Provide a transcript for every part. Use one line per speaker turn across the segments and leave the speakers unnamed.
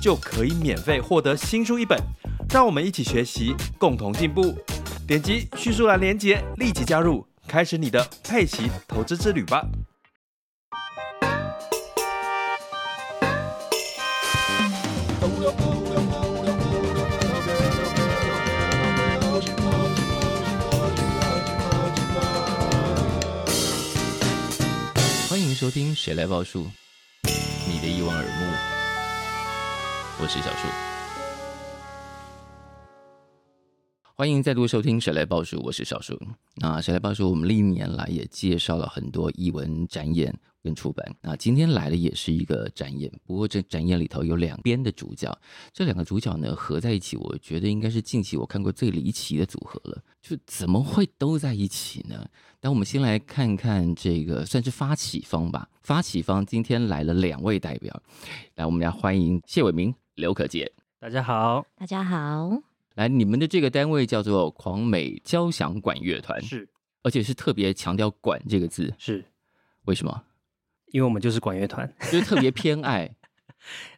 就可以免费获得新书一本。让我们一起学习，共同进步。点击叙述栏连接，立即加入，开始你的佩奇投资之旅吧。
欢迎收听《谁来报数》，你的一望而目。我是小树。欢迎再度收听《谁来报数》，我是小树。那《谁来报数》，我们历年来也介绍了很多译文展演跟出版。那今天来的也是一个展演，不过这展演里头有两边的主角，这两个主角呢合在一起，我觉得应该是近期我看过最离奇的组合了。就怎么会都在一起呢？但我们先来看看这个算是发起方吧。发起方今天来了两位代表，来，我们来欢迎谢伟明、刘可杰。
大家好，
大家好，
来，你们的这个单位叫做狂美交响管乐团，
是
而且是特别强调“管”这个字，
哎是，
为什么？
因为我们就是管乐团
就是特别偏爱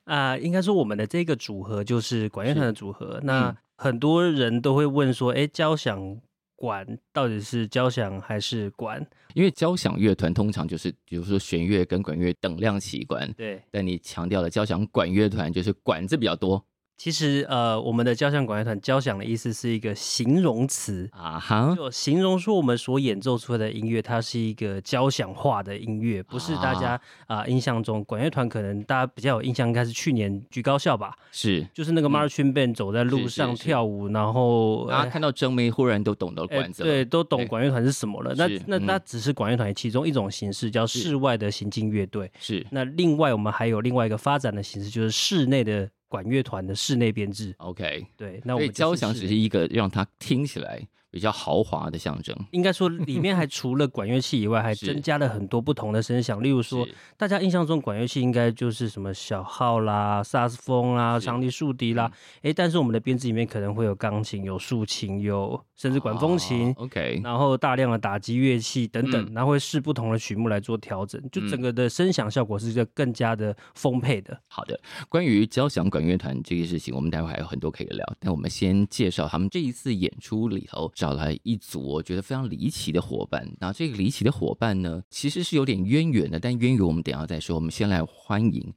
啊、应该说我们的这个组合就是嗯管乐团的组合。那很多人都会问说，哎，交响管到底是交响还是管？
因为交响乐团通常就是，比如说弦乐跟管乐等量齐观，
对，
但你强调了交响管乐团就是管子比较多
其实呃，我们的交响管乐团，交响的意思是一个形容词。
啊哈，
就形容说我们所演奏出来的音乐，它是一个交响化的音乐，不是大家啊、印象中管乐团可能大家比较有印象，应该是去年举高校吧，
是。
就是那个
嗯
marching band 走在
是
路
是
上
是
跳舞，然后
大
呃
家看到真妹忽然都懂得
哎
管子了，
对，都
哎
懂管乐团是什么了。那
是
那
嗯
那只是管乐团其中一种形式，叫室外的行进乐队。
是
那另外我们还有另外一个发展的形式，就是室内的管乐团的室内编制。
OK。
对，那我
所
们
以
就是
交响
室
只
内
是一个让它听起来比较豪华的象征，
应该说，里面还除了管乐器以外，还
是
增加了很多不同的声响。例如说
是，
大家印象中管乐器应该就是什么小号啦、萨克斯风啦、
是嗯
长笛、竖笛啦。诶，但是我们的编制里面可能会有钢琴、有竖琴、有甚至管风琴
哦、OK，
然后大量的打击乐器等等，
嗯
然后会视不同的曲目来做调整，就
嗯
整个的声响效果是一个更加的丰沛的。
好的，关于交响管乐团这个事情，我们待会还有很多可以聊，但我们先介绍他们这一次演出里头找来一组我觉得非常离奇的伙伴。那这个离奇的伙伴呢，其实是有点渊源的，但渊源我们等一下再说。我们先来欢迎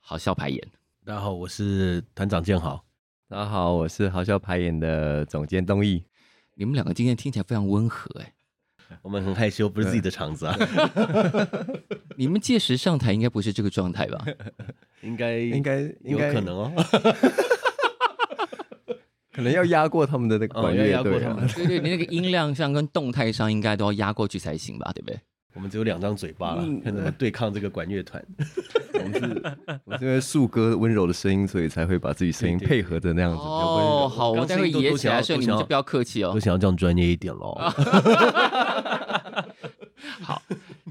好笑排演。
大家好，我是团长建 豪。
大家好，我是豪笑排演的总监东义。
你们两个今天听起来非常温和哎、
我们很害羞，不是自己的场 子啊，
你们届时上台应该不是这个状态 吧？
应该
应该应
有
该
可能哦。
可能要压过他们的那个 管乐
哦要压过
队
他
啊、
们
对对，你那个音量上跟动态上应该都要压过去才行吧，对不对？
我们只有两张嘴巴了，
嗯
看怎么对抗这个管乐团。
我们是，我是因为树哥温柔的声音，所以才会把自己声音
对对
配合的那样子比较温柔。
哦，好，我
刚
待
声
会
音都
野
都
起
想
来
要
的时候，
都
你
想
们就
要
不要客气哦
我。想要这样专业一点喽。
啊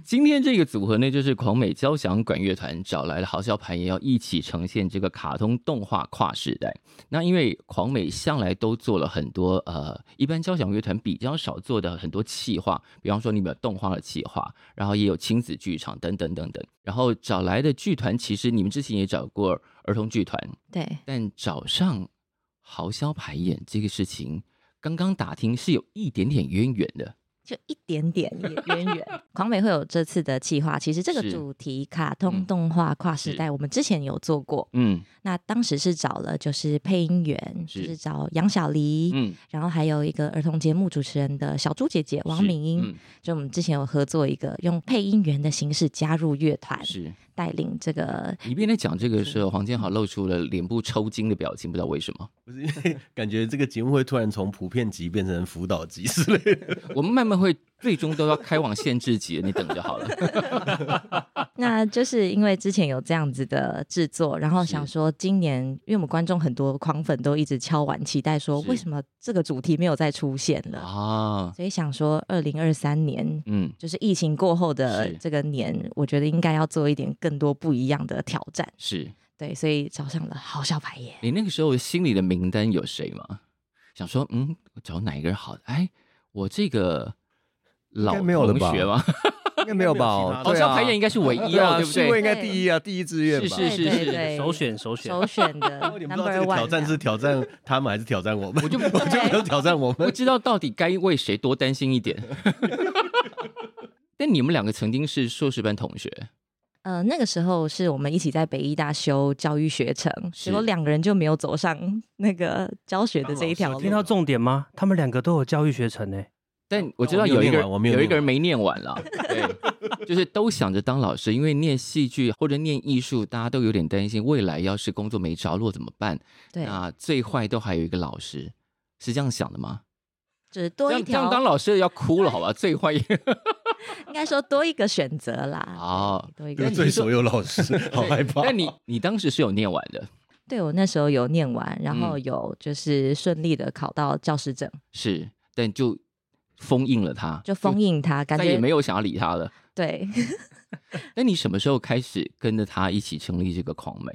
今天这个组合呢，就是狂美交响管乐团找来了豪笑盘，也要一起呈现这个卡通动画跨时代。那因为狂美向来都做了很多呃，一般交响乐团比较少做的很多企划，比方说你们有动画的企划，然后也有亲子剧场等等等等。然后找来的剧团，其实你们之前也找过儿童剧团，
对，
但找上豪笑排演这个事情，刚刚打听是有一点点渊源的。
就一点点渊 源。狂美会有这次的计划，其实这个
是
主题卡
嗯
通动画跨时
是
代，我们之前有做过。
嗯
那当时是找了就是配音员，就是是找杨小黎，
嗯，
然后还有一个儿童节目主持人的小猪姐姐王
是嗯
敏英，就我们之前有合作一个用配音员的形式加入乐团
嗯，是。
带领这个
你一边在讲这个时候，黄建豪露出了脸部抽筋的表情，不知道为什么。
不是因为感觉这个节目会突然从普遍级变成辅导级之类的，
我们慢慢会最终都要开往限制级了，你等着好了。
那就是因为之前有这样子的制作，然后
是
想说今年，因为我们观众很多狂粉都一直敲碗期待说，
是
为什么这个主题没有再出现了？
啊，
所以想说，二零二三年
嗯，
就是疫情过后的
是
这个年，我觉得应该要做一点更多不一样的挑战。
是
对，所以找上了郝小白耶。
你那个时候心里的名单有谁吗？想说，嗯，我找哪一个人好？哎，我这个老
应该没有了
同
吧
学 吗？
应该没有吧？哦
好
应该没有其他的
对
像
啊
排演应该是唯一
对
哦，
啊，
对不
序位
对？
应该第一啊，第一志愿吧。
是
对
是
对
是
对
首选首选，
首选的
啊
我也不知道
number
这个
one
挑战
的
是挑战他们还是挑战我们，
我就
我就没有挑战我
不
们。
知道到底该为谁多担心一 点。但你们两个曾经是硕士班同学，
呃，那个时候是我们一起在北医大修教育学程，
是
结果两个人就没有走上那个教学的这一条
当老
路。
师
听到重点吗？他们两个都有教育学程呢、
但我知
那
道
哦我没
有
有
一个人有
念完我没有
一
念
个人
完
没念完了， 对，就是都想着当老师，因为念戏剧或者念艺术，大家都有点担心未来要是工作没着落怎么办？
对，
那最坏都还有一个老师，是这样想的吗？
只
这
多一
样这样
条，
当老师要哭了，好吧？最 坏
应该说多一个选择啦。
哦
对多一
得
个
罪所有老师， 好害怕。
但你你当时是有念完的，
对我那时候有念完，然后
嗯
有就是顺利的考到教师证，
是，但就封印了他，
就封印它，感
再
觉
也没有想要理他了。
对。
那你什么时候开始跟着他一起成立这个狂美？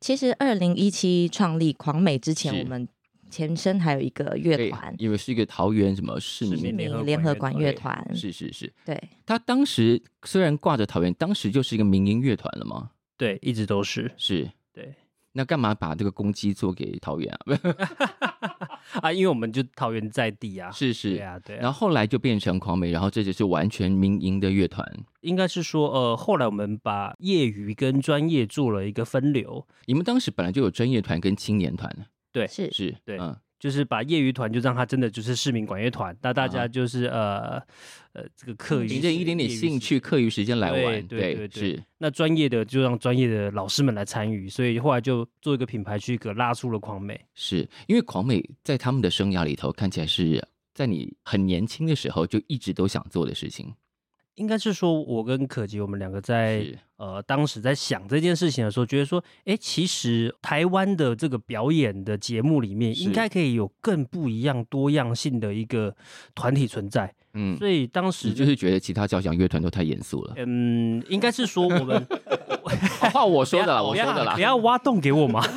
其实二零一七创立狂美之前，
是
我们前身还有一个乐团，
哎因为是一个桃园什么市
市
市
民
民
民
联
联
合
合
管
管
乐
乐团。
是是是，
对，
他当时虽然挂着桃园，当时就是一个民营乐团了吗？
对，一直都是
是，
对
那干嘛把这个公鸡做给桃园啊？不是
啊，因为我们就桃园在地啊，
是是
对啊对啊。
然后后来就变成狂美，然后这就是完全民营的乐团。
应该是说，呃，后来我们把业余跟专业做了一个分流，
你们当时本来就有专业团跟青年团，
对，
是
是，
对
嗯，
就是把业余团就让它真的就是市民管乐团，那
啊
大家就是、呃呃这个课余
凭着一点点
业余
兴趣，课余时间来玩，
对对对对
是，
那专业的就让专业的老师们来参与，所以后来就做一个品牌区隔，拉出了狂美。
是因为狂美在他们的生涯里头看起来是在你很年轻的时候就一直都想做的事情，
应该是说，我跟可吉我们两个在
是
呃当时在想这件事情的时候，觉得说，哎，其实台湾的这个表演的节目里面，
是
应该可以有更不一样、多样性的一个团体存在。
嗯，
所以当时
你就是觉得其他交响乐团都太严肃了。
嗯，应该是说 我们
好话我说的啦，
不
我
要
说的啦
不，要挖洞给我 嘛。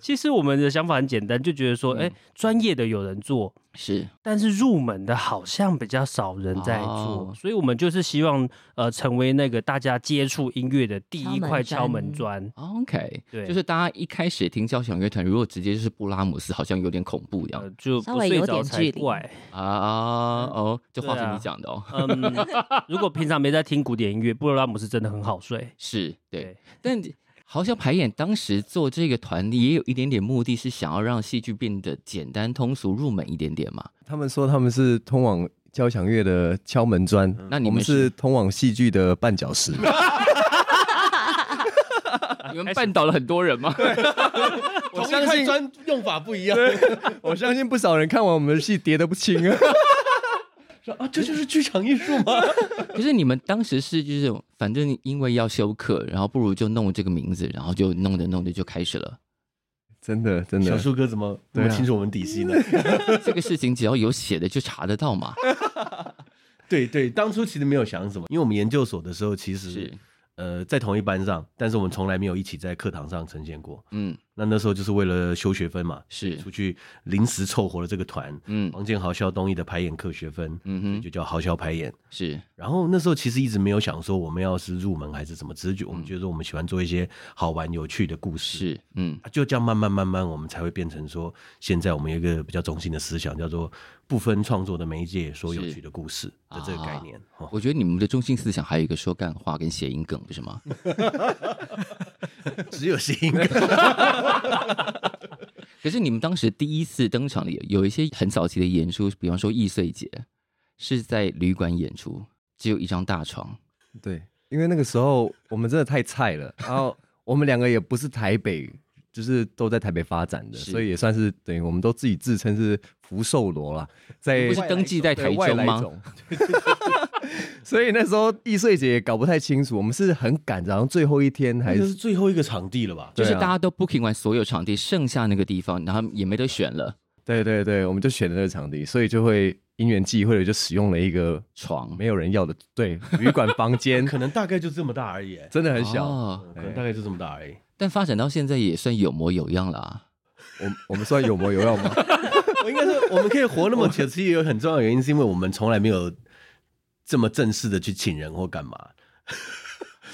其实我们的想法很简单，就觉得说，哎、
嗯
专业的有人做，
是
但是入门的好像比较少人在做，
哦
所以我们就是希望呃成为那个大家接触音乐的第一块敲
敲门
门砖。
OK，
对
就是大家一开始听交响乐团，如果直接就是布拉姆斯，好像有点恐怖一样
呃，就
稍
不
微
睡
有
着
点
才
距离
怪。
啊哦，这话
对
是
啊
你讲的哦，
嗯，如果平常没在听古典音乐，布拉姆斯真的很好睡。
是对
对，
但好像排演当时做这个团也有一点点目的是想要让戏剧变得简单通俗入门一点点嘛，
他们说他们是通往交响乐的敲门砖，
那你
我
们
们
是
是通往戏剧的绊脚石。
你们绊倒了很多人吗？
我相信专用法不一样。
我相信不少人看完我们的戏跌得不轻啊。
说啊，这就是剧场艺术吗？
可是你们当时是就是反正因为要休课，然后不如就弄这个名字，然后就弄着弄着就开始了。
真的，真
小
的，
树哥怎么怎
对
么
啊
清楚我们底细 呢？
这个事情只要有写的就查得到嘛。
对对，当初其实没有想什么，因为我们研究所的时候其 实
是，
呃在同一班上，但是我们从来没有一起在课堂上呈现过。
嗯，
那那时候就是为了修学分嘛，
是，
出去临时凑合了这个团，
嗯
王建豪、肖东义的排演课学分，
嗯
所以
哼，
就叫豪肖排演。
是
然后那时候其实一直没有想说我们要是入门还是怎么，只是觉我们觉得说我们喜欢做一些好玩有趣的故事，
嗯是，嗯
啊就这样慢慢慢慢，我们才会变成说，现在我们有一个比较中心的思想，叫做不分创作的媒介说有
是
趣的故事的这个概念。哦
我觉得你们的中心思想还有一个说干话跟谐音梗，不是吗？
只有谐音梗，
可是你们当时第一次登场的有有一些很早期的演出，比方说易碎节是在旅馆演出，只有一张大床，
对，因为那个时候我们真的太菜了，然后我们两个也不是台北就是都在台北发展的，
是
所以也算是等于我们都自己自称是福寿螺啦，在
不是登记在台
对外
中
来
吗
种？ 所以那时候易碎节也搞不太清楚，我们是很赶，然后最后一天还
还是
是
最后一个场地了吧？
就是
对啊
大家都 booking 完所有场地，剩下那个地方，然后也没得选了，
对对对，我们就选了那个场地，所以就会因缘际会的就使用了一个
床
没有人要的对旅馆 房间，
可能大概就这么大而已，
真的很小。
哦
可能大概就这么大而已。
但发展到现在也算有模有样了啊。
我我们算有模有样吗？
我应该说，我们可以活那么久，其实有很重要的原因，是因为我们从来没有这么正式的去请人或干嘛。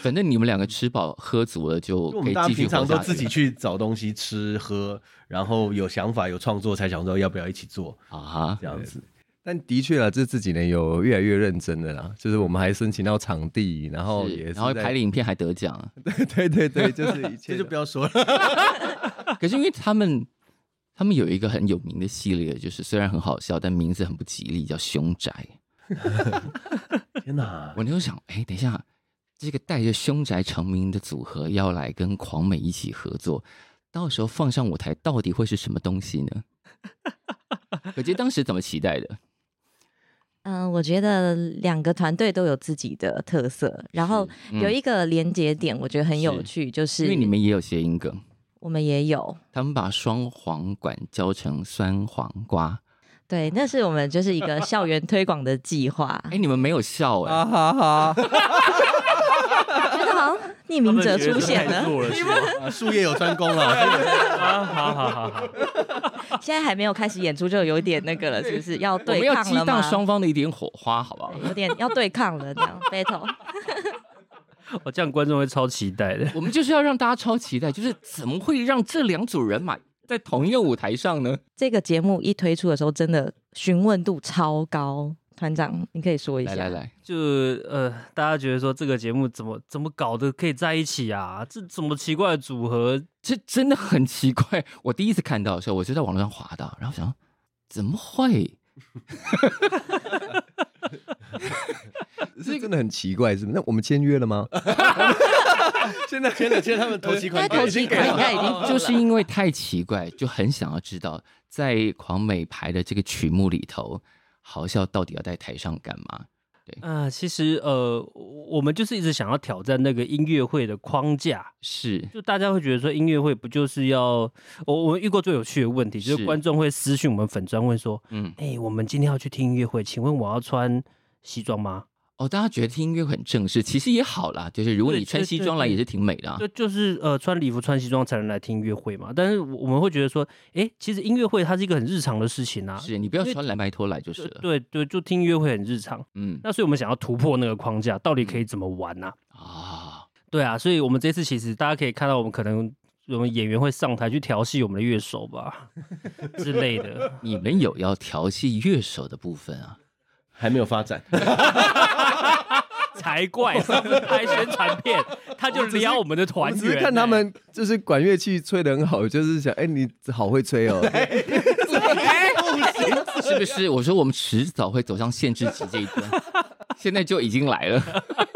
反正你们两个吃饱喝足了就
就我
可
们
以继
大
续
家平
活
常都
下
自己
去
去找东西吃喝，然后有想法有创作，才想说要不要一起做
啊哈
这样子。
但的确啊，这这几年有越来越认真的啦，就是我们还申请到场地，然
哦
后
是
也是
然后
在
拍了影片还得奖，
对 对对，就是一
这
切的
就不要说了，
可是因为他们他们有一个很有名的系列，就是虽然很好笑，但名字很不吉利，叫凶宅。
天哪！
我那时候想，哎，等一下，这个带着凶宅成名的组合要来跟狂美一起合作，到时候放上舞台到底会是什么东西呢？ 可见当时怎么期待的？
嗯、我觉得两个团队都有自己的特色，然后
嗯
有一个连接点，我觉得很有
是
趣，就是
因为你们也有谐音梗，
我们也有
他们把双簧管教成酸黄瓜。
对，那是我们就是一个校园推广的计划，
哎，你们没有笑哎、
啊哈哈，
觉得好像匿名者出 现
他
了，
们觉得太弱了，是吗
啊术业有专攻 了，
啊，好好好好，
现在还没有开始演出就有一点那个了，是不是要
哎我们
对
要
抗
激
了
荡
吗？
双方的一点火花，好不好？
对有点要对抗了，这样 battle。
我这样观众会超期待的。
我们就是要让大家超期待，就是怎么会让这两组人马在同一个舞台上呢？
这个节目一推出的时候，真的询问度超高。团长，你可以说一下，
来来来，
就呃，大家觉得说这个节目怎么怎么搞的可以在一起啊？这怎么奇怪的组合？
这真的很奇怪。我第一次看到的时候，我就在网络上滑到，然后想怎么会？
这真的很奇怪，是不是？那我们签约
啊
了吗？
现在现在现在他们投几款
该投几款应该已经付了
就是因为太奇怪，就很想要知道在狂美排的这个曲目里头，豪笑到底要在台上干嘛？
啊、其实呃，我们就是一直想要挑战那个音乐会的框架。
是
就大家会觉得说，音乐会不就是要我我们遇过最有趣的问题，就是
是
观众会私讯我们粉专问说，
嗯，
哎、我们今天要去听音乐会，请问我要穿西装吗？
哦，大家觉得听音乐很正式，其实也好啦，就是如果
对
你穿
对
西
对
装来
对
也是挺美的、啊
就。就是呃，穿礼服、穿西装才能来听音乐会嘛。但是我我们会觉得说，哎、其实音乐会它是一个很日常的事情啊。
是你不要
因为
穿蓝白拖来就是
就
了。
对对，就听音乐会很日常。
嗯
那所以我们想要突破那个框架，到底可
嗯
以怎么玩呢、
啊，
对啊，所以我们这次其实大家可以看到，我们可能我们演员会上台去调戏我们的乐手 吧之类的。
你们有要调戏乐手的部分啊？
还没有发展，
才怪！上次拍宣传片，他就撩我们的
我
团
们
员、
啊只是看他们就是管乐器吹得很好，就是想，哎，你好会吹哦。
是不是？我说我们迟早会走上限制级这一关，现在就已经来了。
欸，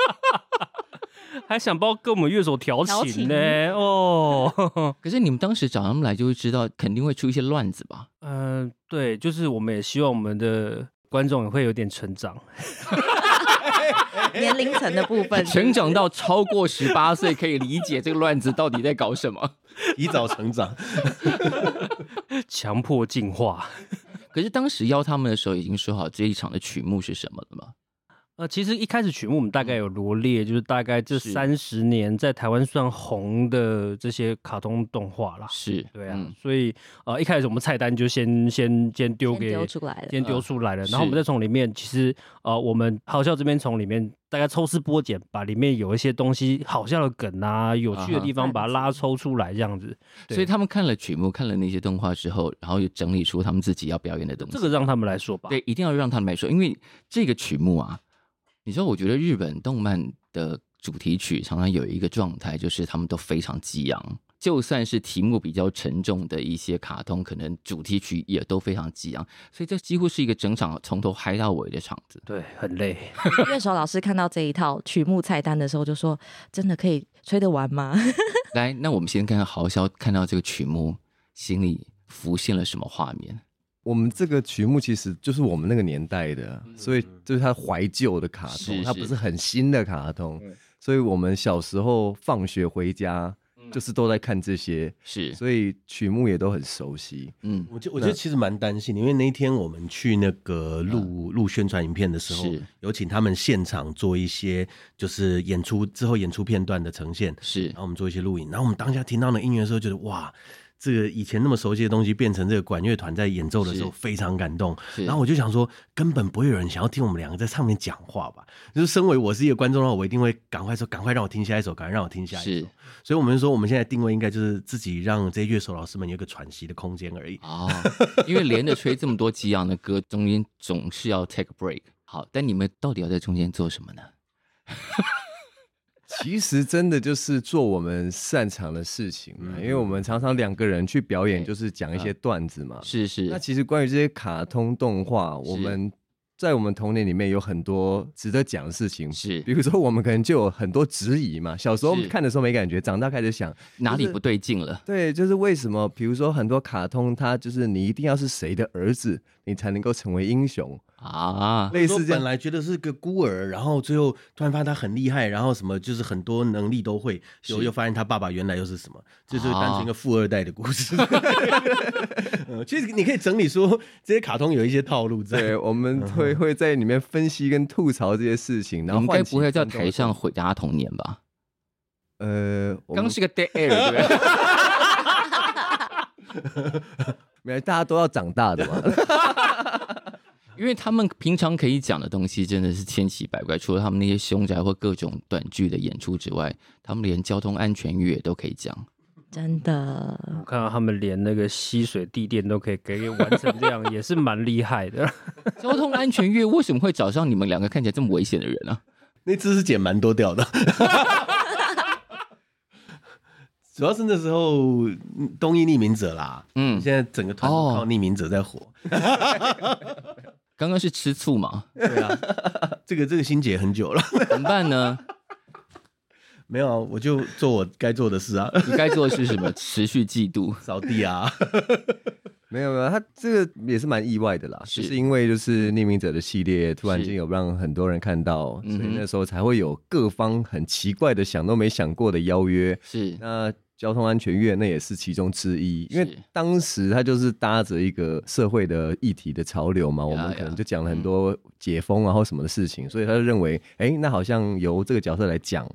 还想帮跟我们乐手调
调
情
情
呢、哦，
可是你们当时找他们来，就会知道肯定会出一些乱子吧？，
嗯、对，就是我们也希望我们的观众也会有点成长。
年龄层的部分
成长到超过十八岁，可以理解这个乱子到底在搞什么。
以早成长。
强迫进化。
可是当时邀他们的时候，已经说好这一场的曲目是什么了吗？
呃，其实一开始曲目我们大概有罗列，就是大概这
嗯是
三十年在台湾算红的这些卡通动画啦。
是，
对啊，
嗯
所以呃一开始我们菜单就先先先丢
先
给
丢出来了。
先丢出来了，然后我们
嗯是
再从里面其实呃我们好笑这边从里面大概抽丝剥茧，把里面有一些东西好笑的梗啊、有趣
啊
的
哈嗯
地方把它
段子
拉抽出来这样子，对
所以他们看了曲目，看了那些动画之后，然后又整理出他们自己要表演的东西。
这个让他们来说吧。
对，一定要让他们来说，因为这个曲目啊，你知道，我觉得日本动漫的主题曲常常有一个状态，就是他们都非常激昂，就算是题目比较沉重的一些卡通，可能主题曲也都非常激昂，所以这几乎是一个整场从头嗨到尾的场子。
对，很累。
乐手老师看到这一套曲目菜单的时候，就说：“真的可以吹得完吗？”
来，那我们先看看豪潇看到这个曲目，心里浮现了什么画面？
我们这个曲目其实就是我们那个年代的，啊所以就是它怀旧的卡
嗯是
通，它
是
不是很新的卡通，所以我们小时候放学回家就是都在看这些，
嗯是，
所以曲目也都很熟悉。
嗯，
我觉我觉得其实蛮担心的，因为那一天我们去那个录录宣传影片的时候
是，
有请他们现场做一些就是演出之后演出片段的呈现，
是
然后我们做一些录影，然后我们当下听到那音乐的时候，觉得哇，这个以前那么熟悉的东西，变成这个管乐团在演奏的时候
是
非常感动。
是
然后我就想说，根本不会有人想要听我们两个在上面讲话吧？就是身为我是一个观众的话，我一定会赶快说，赶快让我听下一首，赶快让我听下一首
是。
所以我们就说，我们现在定位应该就是自己让这些乐手老师们有一个喘息的空间而已。
哦，因为连着吹这么多激昂的歌，中间总是要 take a break。好，但你们到底要在中间做什么呢？
其实真的就是做我们擅长的事情嘛，
嗯
因为我们常常两个人去表演，
对嗯
就是讲一些段子嘛。
是是
呃那，其实关于这些卡通动画，我们在我们童年里面有很多值得讲的事情，
是
比如说我们可能就有很多质疑嘛。小时候
是
看的时候没感觉，长大开始想，
哪里
就是
不对劲了？
对，就是为什么？比如说很多卡通，它就是你一定要是谁的儿子，你才能够成为英 雄，
啊，
类似这
本
样。
来觉得是个孤儿，然后最后突然发现他很厉害，然后什么就是很多能力都会，结果
是
又发现他爸爸原来又是什么，这就是
啊
单纯一个富二代的故事。 呃其实你可以整理说，这些卡通有一些套路在。
对，我们
嗯
会会在里面分析跟吐槽这些事情，然
我
后
们该
唤起
不会在
观众的
台上回答童年吧？
呃，我
刚
们
是个 dead air，对不 对？
没有大家都要长大的 嘛。
因为他们平常可以讲的东西真的是千奇百怪，除了他们那些凶宅或各种短剧的演出之外，他们连交通安全乐都可以讲。
真的
我看到他们连那个吸水地垫都可以给给完成这样，也是蛮厉害的。
交通安全乐为什么会找上你们两个看起来这么危险的人呢、
那次是剪蛮多掉的。 主要是那时候嗯东一匿名者啦，
嗯
现在整个团都
哦
靠匿名者在火。
刚刚是吃醋嘛？
对啊，这个这个心结很久了。
怎么办呢？
没有啊，我就做我该做的事啊，
你该做的是什么？持续嫉妒。
扫地啊。
没有没有，他这个也是蛮意外的啦，
是
就是因为就是匿名者的系列突然
是
间有让很多人看到，所
嗯哼
以那时候才会有各方很奇怪的想都没想过的邀约。
是
那交通安全月那也是其中之一，因
是
为当时它就是搭着一个社会的议题的潮流嘛，我
呀
们可
呀嗯
能就讲了很多解封啊或什么的事情，所以他就认为，哎，那好像由这个角色来讲。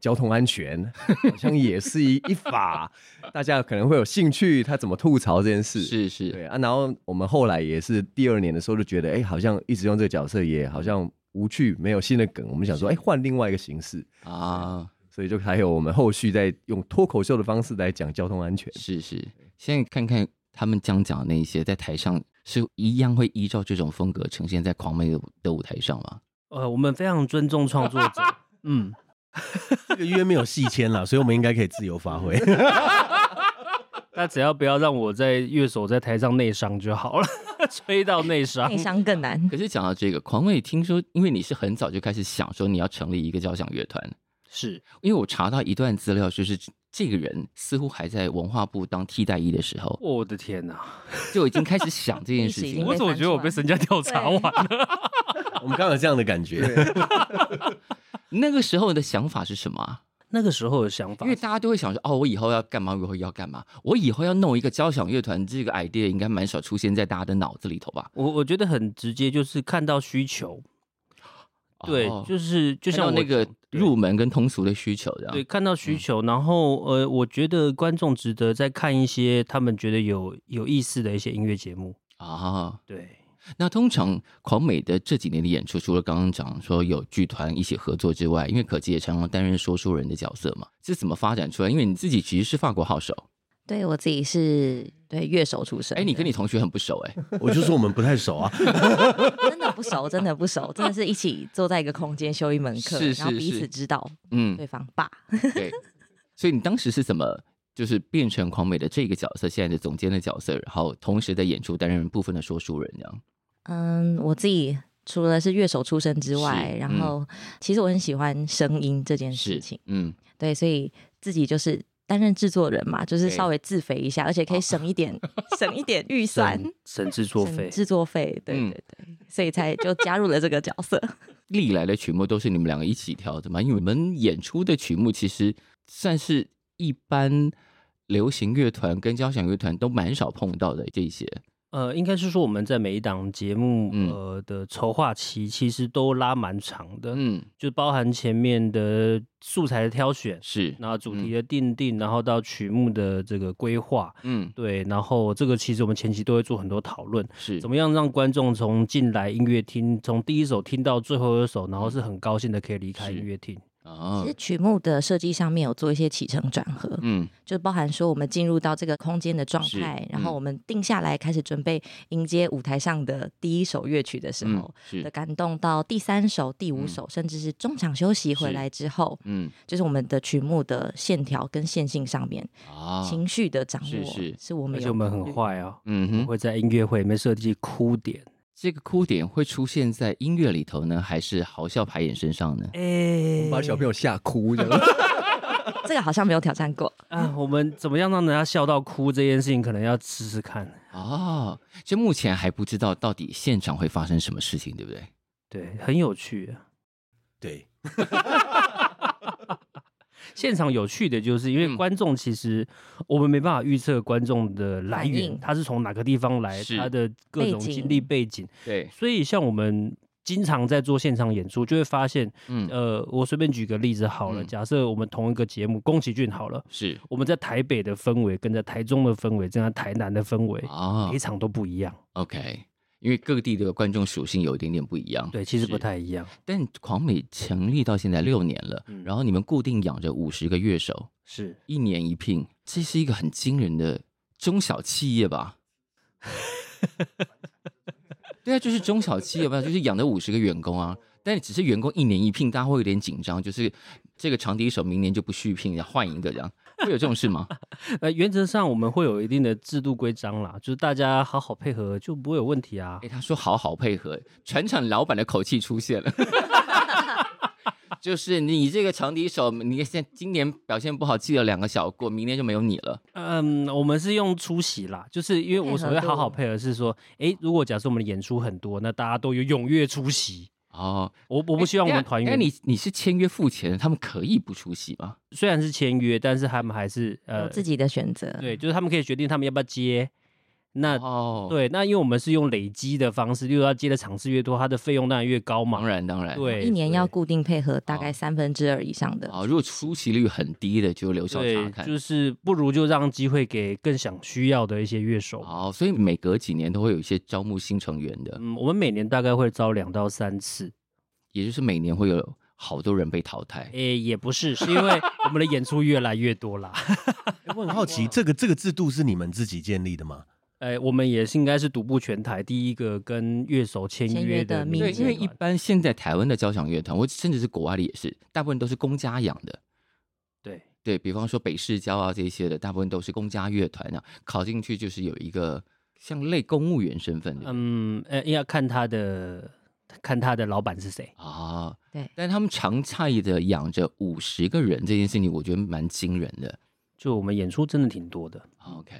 交通安全好像也是一一法，大家可能会有兴趣，他怎么吐槽这件事？
是是，
对啊，然后我们后来也是第二年的时候就觉得，哎、好像一直用这个角色也好像无趣，没有新的梗，我们想说，哎、换另外一个形式，
啊，
所以就还有我们后续在用脱口秀的方式来讲交通安全。
是是。现在看看他们将讲的那一些，在台上是一样会依照这种风格呈现在狂妹的舞的舞台上吗？
呃，我们非常尊重创作 者，嗯，
这个约没有细签啦，所以我们应该可以自由发挥。
那只要不要让我在乐手在台上内伤就好了， 吹到内伤
内。伤更难。
可是讲到这个，狂妹听说，因为你是很早就开始想说你要成立一个交响乐团，
是
因为我查到一段资料，就是这个人似乎还在文化部当替代役的时候，
我的天哪、
就已经开始想这件事
历史已经
情
被
了。
我怎么觉得我被身家调查完了？
我们刚刚有这样的感觉，
那个时候的想法是什么啊、
那个时候的想法
因为大家都会想说，哦，我以后要干嘛？我以后要干嘛？我以后要弄一个交响乐团，这个 idea 应该蛮少出现在大家的脑子里头吧？
我我觉得很直接，就是看到需求，对，
哦
就是就
看
像我
到那个
对
入门跟通俗的需求这样。
对，看到需求，然后呃，我觉得观众值得再看一些他们觉得有有意思的一些音乐节目，
啊，
对，
那通常狂美的这几年的演出，除了刚刚讲说有剧团一起合作之外，因为可吉也常常担任说书人的角色嘛，是怎么发展出来？因为你自己其实是法国号手，
对我自己是对乐手出身的，
哎，你跟你同学很不熟哎、
我就说我们不太熟啊。
真的不熟，真的不熟，真的是一起坐在一个空间修一门课，
是
然后
是
彼
是
此指导
嗯
对，方吧。
对，所以你当时是怎么就是变成狂美的这个角色，现在的总监的角色，然后同时在演出担任部分的说书人这样？
嗯，我自己除了是乐手出身之外，
是
然
嗯
后其实我很喜欢声音这件事情，
嗯，
对，所以自己就是担任制作人嘛，就是
对哦
稍微自肥一下，而且可以省 一点省一点预算，
省省制作费
省，制作费，对
嗯
对对，所以才就加入了这个角色。
历来的曲目都是你们两个一起挑的嘛？因为你们演出的曲目其实算是一般流行乐团跟交响乐团都蛮少碰到的这一些。
呃，应该是说我们在每一档节目
嗯
呃的筹划期其实都拉蛮长的，
嗯，
就包含前面的素材的挑选，
是，
然后主题的定定，然后到曲目的这个规划，
嗯，
对，然后这个其实我们前期都会做很多讨论，
是
怎么样让观众从进来音乐厅，从第一首听到最后一首，然后是很高兴的可以离开
嗯是
音乐厅。
啊
其实？曲目的设计上面有做一些起承转合，
嗯，
就包含说我们进入到这个空间的状
是
态
嗯，
然后我们定下来开始准备迎接舞台上的第一首乐曲的时
嗯
候。哦的
是，
感动到第三首、第五
嗯
首，甚至是中场休息回
是
来之后，
嗯
就是我们的曲目的线条跟线性上面，
啊，
情绪的掌握
是是
我
而
们
且
有
我们
考
很
虑
坏啊，
嗯哼，
会在音乐会里面设计 哭点。
这个哭点会出现在音乐里头呢，还是嚎笑排演身上呢？
哎
把小朋友吓哭这样。
这个好像没有挑战过，
啊，我们怎么样让人家笑到哭这件事情，可能要试试看。
哦，就目前还不知道到底现场会发生什么事情，对不对？
对，很有趣、啊。
对，
现场有趣的就是，因为
嗯
观众其实我们没办法预测观众的来
反
源，
应
他是从哪个地方来，
是
他的各
背
种经历背景。
对，
所以像我们经常在做现场演出，就会发现，
嗯，
呃，我随便举个例子好了，
嗯
假设我们同一个节目，宫崎骏好了，
是
我们在台北的氛围，跟在台中的氛围，跟在台南的氛围，
啊
每一场都不一样。
，OK，因为各地的观众属性有一点点不一样。
对，其实不
是
太一样。
但狂美成立到现在六年了，
嗯
然后你们固定养着五十个乐手，
是，
一年一聘，这是一个很惊人的中小企业吧？ 对啊，就是中小企业吧，就是养了五十个员工啊。但只是员工一年一聘，大家会有点紧张，就是这个长笛手明年就不续聘，要换一个这样，会有这种事吗？
呃，原则上我们会有一定的制度规章啦，就是大家好好配合就不会有问题啊
哎、。他说好好配合，船厂老板的口气出现了。 就是你这个长笛手，你现在今年表现不好，记了两个小过，明年就没有你了。
嗯，我们是用出席啦，就是因为我所谓
配合度
好好配合是说，诶，如果假设我们的演出很多，那大家都有踊跃出席。
哦，
我我
我
不希望我们团员，
那你你是签约付钱的，他们可以不出席吗？
虽然是签约，但是他们还是 呃
有自己的选择。
对，就是他们可以决定他们要不要接。那、
哦，，
对，那因为我们是用累积的方式，例如他接的场次越多，它的费用当然越高
当
嘛。
然当然，。
对，
一年
对
要固定配合大
哦
概三分之二以上的
哦，如果出席率很低的，就留校查
对，
看。
就是不如就让机会给更想需要的一些乐手。
哦，所以每隔几年都会有一些招募新成员的，
嗯，我们每年大概会招两到三次，
也就是每年会有好多人被淘汰。
诶、也不是，是因 为我们的演出越来越多啦。
诶我很好奇，这个这个制度是你们自己建立的吗？
诶、我们也是应该是独步全台第一个跟乐手签
签
约
约的
民
民
对，
间
因为
团
一般现在台湾的交响乐团，或甚至是国外的也是，大部分都是公家养的。
对
对比方说北市交啊这一些的，大部分都是公家乐团啊，考进去就是有一个像类公务员身份的。
嗯，呃，要看他的看他的老板是谁。
啊，
对
但他们常态的养着五十个人这件事情，我觉得蛮惊人的。
就我们演出真的挺多的，
OK，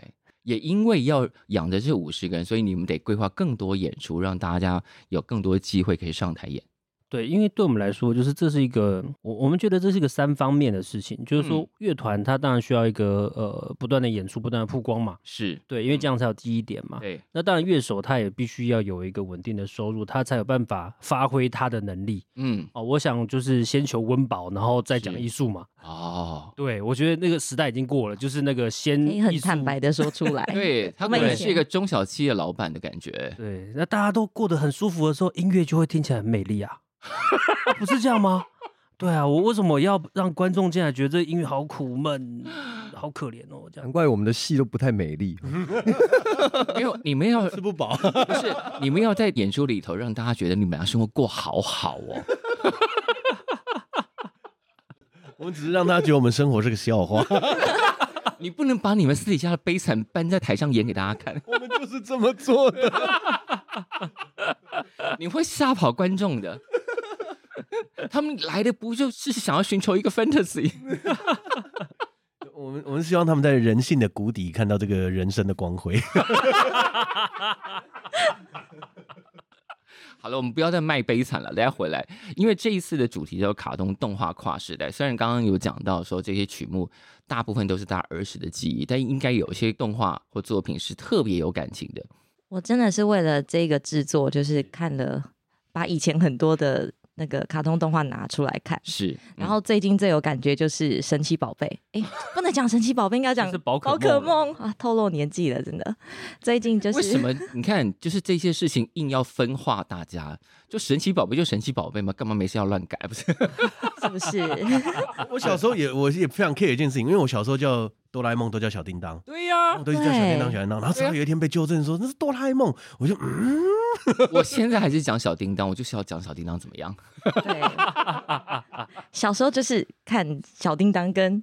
也因为要养着这五十个人，所以你们得规划更多演出，让大家有更多机会可以上台演。
对，因为对我们来说，就是这是一个我我们觉得这是一个三方面的事情，就是说
嗯
乐团它当然需要一个呃不断的演出，不断的曝光嘛，
是，
对，
嗯
因为这样才有第一点嘛。
对，
那当然，乐手他也必须要有一个稳定的收入，他才有办法发挥他的能力
嗯，
哦。我想就是先求温饱，然后再讲
是
艺术嘛。
哦，。
对，我觉得那个时代已经过了，就是那个先
可以很
艺术
坦白。的说出 来
对他
我
果
们
然
以
是一个
前
中小企业老板的感觉。
对，那大家都过得很舒服的时候，音乐就会听起来很美丽啊，啊不是这样吗？对啊，我为什么要让观众进来觉得这音乐好苦闷、好可怜哦？这样
难怪我们的戏都不太美丽，
没有，你们要
吃不饱，
不是你们要在演出里头让大家觉得你们俩生活过好好哦。
我们只是让他觉得我们生活是个笑话，
你不能把你们私底下的悲惨搬在台上演给大家看，
我们就是这么做的。
你会吓跑观众的。他们来的不就是想要寻求一个 fantasy？
我
我们我们希望他们在人性的谷底看到这个人生的光辉。
好了，我们不要再卖悲惨了，大家回来，因为这一次的主题叫卡通动画跨时代。虽然刚刚有讲到说这些曲目大部分都是大家儿时的记忆，但应该有些动画或作品是特别有感情的。
我真的是为了这个制作，就是看了把以前很多的那个卡通动画拿出来看，
是，嗯
然后最近最有感觉就是神奇宝贝，哎、不能讲神奇宝贝，应该讲
这是宝可
宝
梦
可梦啊，透露年纪了，真的。最近就是
为什么你看，就是这些事情硬要分化大家？就神奇宝贝就神奇宝贝嘛，干嘛没事要乱改？ 不是
是不是？
我小时候也我也非常 care 一件事情，因为我小时候叫哆啦 A 梦都叫小叮当，
对呀、
我都一直叫小叮当小叮当，然后直到有一天被纠正说那是哆啦 A 梦，我就嗯，
我现在还是讲小叮当，我就是要讲小叮当怎么样？
对，小时候就是看小叮当跟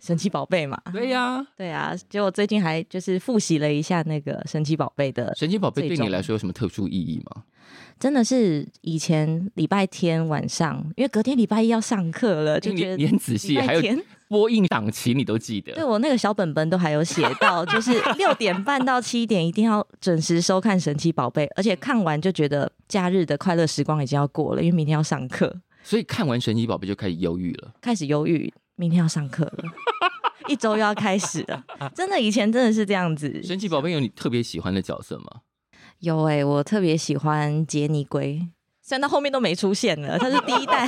神奇宝贝嘛。
对呀、
对啊，结果最近还就是复习了一下那个神奇宝贝的，
神奇宝贝对
最终
你来说有什么特殊意义吗？
真的是以前礼拜天晚上，因为隔天礼拜一要上课了，
就哎
就
你
觉得
你很仔细，
礼
还
拜
有呃
天
播映档期你都记
对
得。
我那个小本本都还有写到， 就是六点半到七点一定要准时收看《神奇宝贝》，而且看完就觉得假日的快乐时光已经要过了，因为明天要上课，
所以看完神奇宝贝就开始忧郁了。
开始忧郁，明天要上课 了，一周又要开始了。真的，以前真的是这 样子。
神奇宝贝有你特别喜欢的角色吗？
有哎、我特别喜欢杰尼龟，虽然到后面都没出现了，他是第 一代。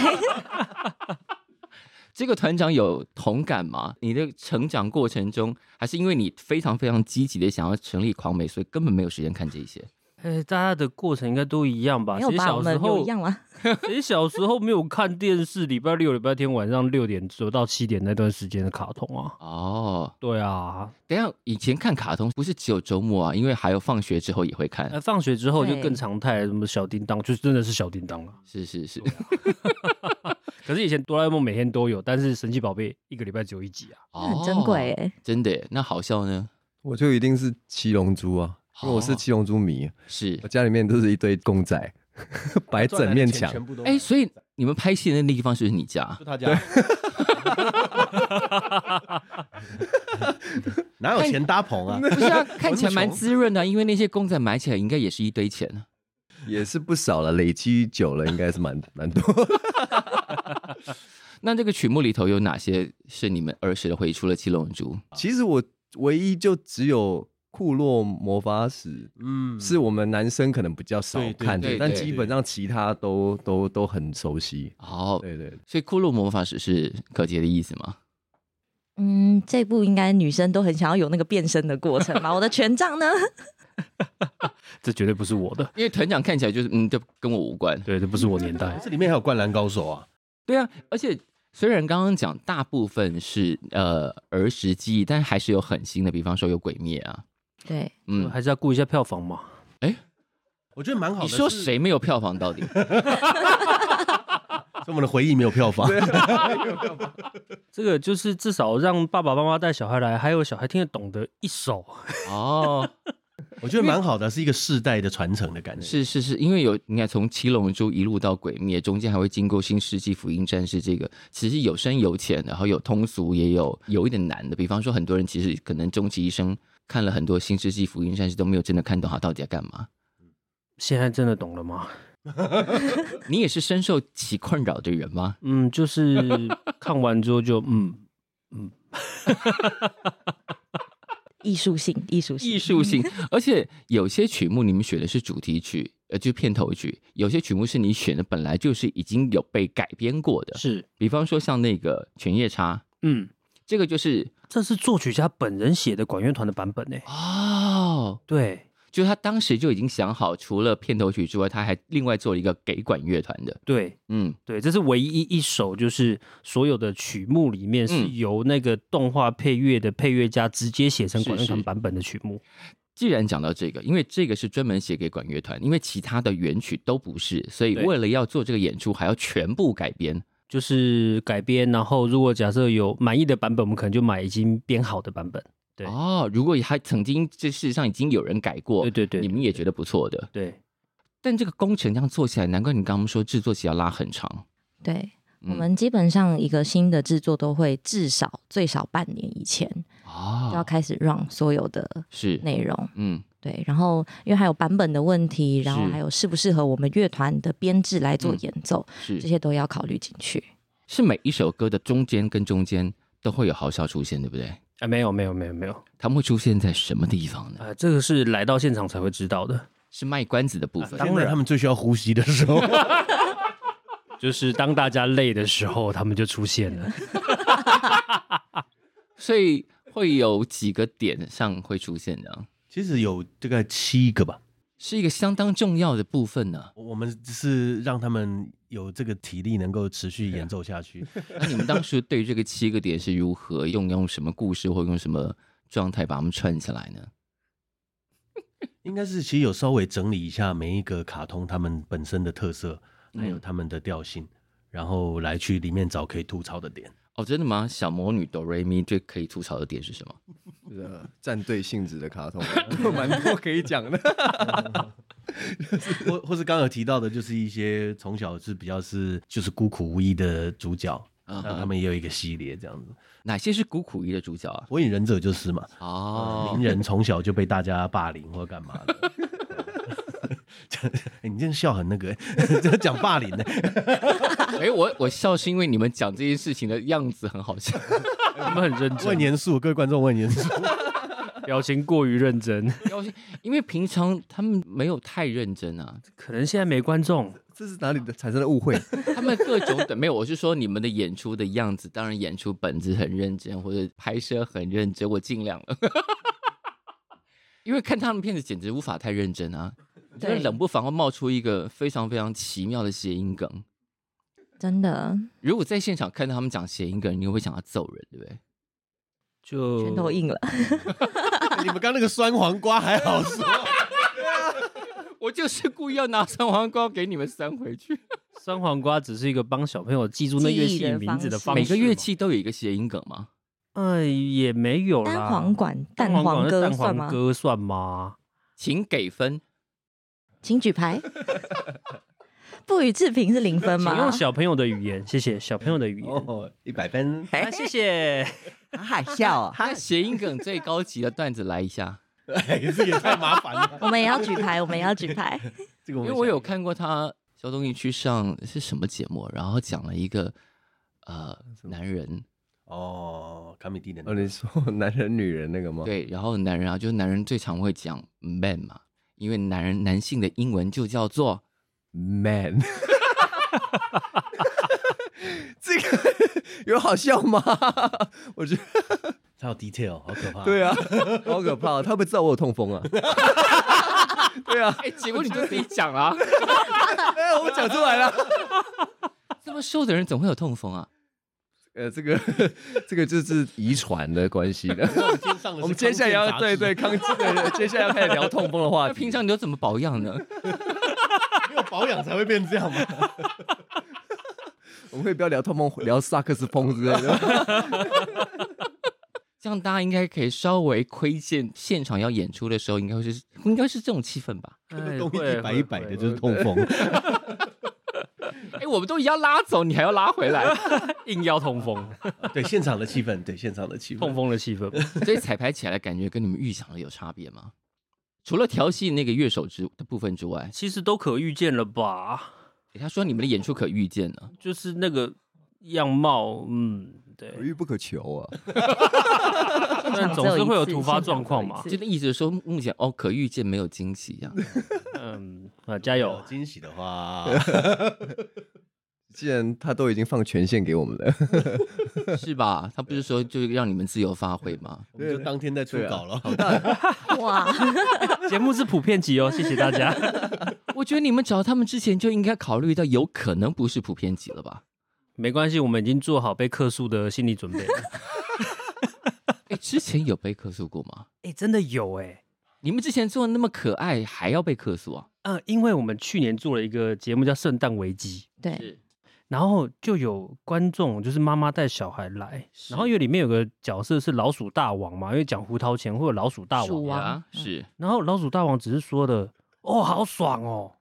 这个团长有同感吗？你的成长过程中，还是因为你非常非常积极的想要成立狂美，所以根本没有时间看这些？
哎，大家的过程应该都一样吧？
没有
谁
吧？我
小时
们有
候
一，样吗？
谁小时候没有看电视？礼拜六、礼拜天晚上六点左到七点那段时间的卡通啊？
哦，
对啊，
等一下以前看卡通不是只有周末啊，因为还有放学之后也会看。
呃，放学之后就
对
更常态，什么小叮当，就是真的是小叮当了。
是是是，
可是以前哆啦 A 梦每天都有，但是神奇宝贝一个礼拜只有一集啊。
那 很珍贵哎、
哦真的耶。那好笑呢？
我就一定是七龙珠啊，因为
哦
我是七龙珠迷，啊
是
我
啊
家里面都是一堆公仔， 摆整面墙。
全部都
哎、所以你们拍戏的那地方是不是你家？
他家。哪有钱搭棚啊？
不是啊，看起来蛮滋润的啊，因为那些公仔买起来应该也是一堆钱啊。
也是不少了，累积久了应该是蛮蛮多。
那这个曲目里头有哪些是你们儿时的回忆？除了七龙珠，
其实我唯一就只有库洛魔法使。
嗯，
是我们男生可能比较少
对对
看
对
的，但
对
基本上其他都都都很熟悉。
哦，
对对，对
所以骷髅魔法使是可杰的意思吗？
嗯，这部应该女生都很想要有那个变身的过程吧？我的权杖呢？
这绝对不是我的，
因为团长看起来就是嗯，这跟我无关。
对，这不是我年代。
这里面还有灌篮高手啊，
对啊，而且虽然刚刚讲大部分是呃儿时记忆，但还是有很新的，比方说有鬼灭啊，
对，
嗯，
还是要顾一下票房嘛。
我觉得蛮好的。
你说
是
谁没有票房到 底？
所以我们的回忆没有票房，
这个就是至少让爸爸妈妈带小孩来，还有小孩听得懂的一首。
哦，
我觉得蛮好的，是一个世代的传承的感觉。
是是是，因为有你看从七龙珠一路到鬼灭，中间还会经过新世纪福音战士这个，其实有深有浅，然后有通俗，也有有一点难的。比方说，很多人其实可能终其一生看了很多新世纪福音战士，都没有真的看懂他到底在干嘛。
现在真的懂了吗？
你也是深受其困扰的人吗？
嗯，就是 看完之后就嗯，
艺术性，艺术性，
艺术性，
嗯
而且有些曲目你们选的是主题曲，呃，就是片头曲；有些曲目是你选的本来就是已经有被改编过的，
是
比方说像那个《犬夜叉》，
嗯，
这个就是
这是作曲家本人写的管乐团的版本呢。
哦，
对
就是他当时就已经想好，除了片头曲之外，他还另外做了一个给管乐团的，
对
嗯，
对，这是唯一一首，就是所有的曲目里面是
嗯
由那个动画配乐的配乐家直接写成
是
管乐团
是
版本的曲目。
既然讲到这个，因为这个是专门写给管乐团，因为其他的原曲都不是，所以
对
为了要做这个演出，还要全部改编。
就是改编，然后如果假设有满意的版本，我们可能就买已经编好的版本。对
哦，如果还曾经这事实上已经有人改过，
对对对
你们也觉得不错的。
对，
但这个工程这样做起来，难怪你刚刚说制作期要拉很长。
嗯对。我们基本上一个新的制作都会至少最少半年以前就要
啊，
开始 run 所有的
是，
内容，
嗯，
对，然后因为还有版本的问题，然后
是
还有适不适合我们乐团的编制来做
嗯
演奏，
是
这些都要考虑进去。
是每一首歌的中间跟中间都会有嚎笑出现，对不对？
啊，没有没有没有没有，
他们会出现在什么地方呢？
啊，这个是来到现场才会知道的，
是卖关子的部分。
当然，他们最需要呼吸的时候，
就是当大家累的时候，他们就出现了。
所以会有几个点上会出现的，
其实有大概七个吧。
是一个相当重要的部分呢、
我们只是让他们有这个体力能够持续演奏下去。
那你们当时对这个七个点是如何用用什么故事或用什么状态把它们串起来呢？
应该是其实有稍微整理一下每一个卡通他们本身的特色，还有
嗯
他们的调性，然后来去里面找可以吐槽的点。
哦，真的吗？小魔女哆瑞咪最可以吐槽的点是什么？
是的呃战队性质 的卡通，蛮多可以讲的。
或或是刚刚有提到的，就是一些从小是比较是就是孤苦无依的主角，
嗯
那
哼
他们也有一个系列这样子，
哪些是孤苦一的主角啊？
《火影忍者》就是嘛，
哦
鸣，人从小就被大家霸凌或干嘛的。 这哎你这样笑很那个， 这讲霸 凌呢、
哎，我我笑是因为你们讲这件事情的样子很好笑。
他们很认
问
真，
年数，各位观众问年数，
表情过于认真，
要是因为平常他们没有太认真啊，
可能现在没观众。
这是哪里的产生了误会？
他们各种的没有，我是说你们的演出的样子，当然演出本子很认真，或者拍摄很认真，我尽量了。 因为看他们片子简直无法太认真啊，就是
对
冷不防会冒出一个非常非常奇妙的谐音梗。
真的，
如果在现场看到他们讲谐音梗，你会想要揍人，对不对？
就
拳头硬了，
你们刚那个酸黄瓜还好说，
我就是故意要拿三黄瓜给你们扇回去。
酸黄瓜只是一个帮小朋友记住那乐器名字的方式嘛，
每个乐器都有一个谐音梗吗？
呃也没有啦。
单簧管、
蛋
蛋
黄歌
黄歌算吗？
歌算吗？
请给分，
请举牌。 不予置评是零分
请
吗
用？小朋友的语言，谢谢小朋友的语言。
哦，一百分。
啊，谢谢。
好笑哦。
那谐音梗最高级的段子来一下。
哎，这也太麻烦了。
我们也要举牌，我们也要举牌。
这个
因为
们
我
想
有看过他肖东义去上是什么节目，然后讲了一个呃男人
哦，卡米蒂的那
哦，
个
你说 男人女人那个吗？，
对，然后男人啊，就是男人最常会讲 man 嘛，因为男人男性的英文就叫做
man。这个 有好笑 吗？我觉得
它有 detail，好可怕。
对
啊，
啊，好可怕、他会不会知道我有痛风啊？对啊，
哎，结果你就自己讲啦、
哎、我讲出来了。
这么瘦的人总会有痛风 啊？
呃，这个 这个就是遗传的关系的。 我们接下来要对对康健的，接下来要开始聊痛风的话
那
题。
平常你都怎么保养呢？
没有保养才会变这样嘛。
我们可以不要聊痛风，聊萨克斯风之类 的。
这样大家应该可以稍微窥见现场要演出的时候，应该会是应该是这种气氛吧？
哎
东
会
西一摆一摆
会
的，就是痛风。
哎，我们都一样拉走，你还要拉回来，
硬要痛风，
对，现场的气氛，对现场的气氛。
痛风的气氛。
所以彩排起来的感觉跟你们预想的有差别吗？除了调戏那个乐手之的部分之外，
其实都可预见了吧？
诶他说你们的演出可预见呢。
就是那个样貌，嗯，
可
对，
遇不可求啊！
但总是会有突发状况嘛
现场只有一次现场
就那意思
只有一次
说，目前哦可预见没有惊喜啊 呀、
嗯啊，加
有
油！
惊喜的话，
既然他都已经放权限给我们了，
是吧？他不是说就让你们自由发挥吗？
我们就当天再出稿了。
哇，
节目是普遍级哦，谢谢大家。
我觉得你们找他们之前就应该考虑到有可能不是普遍级了吧？
没关系，我们已经做好被客诉的心理准备了。
哎，之前有被客诉过吗？
哎、真的有哎、
你们之前做的那么可爱，还要被客诉啊？
呃，因为我们去年做了一个节目叫《圣诞危机》，
对，
然后就有观众，就是妈妈带小孩来，然后因为里面有个角色是老鼠大王嘛，因为讲胡桃钳会有老鼠大
鼠
王，
王
啊啊，是
然后老鼠大王只是说的，哦，好爽哦，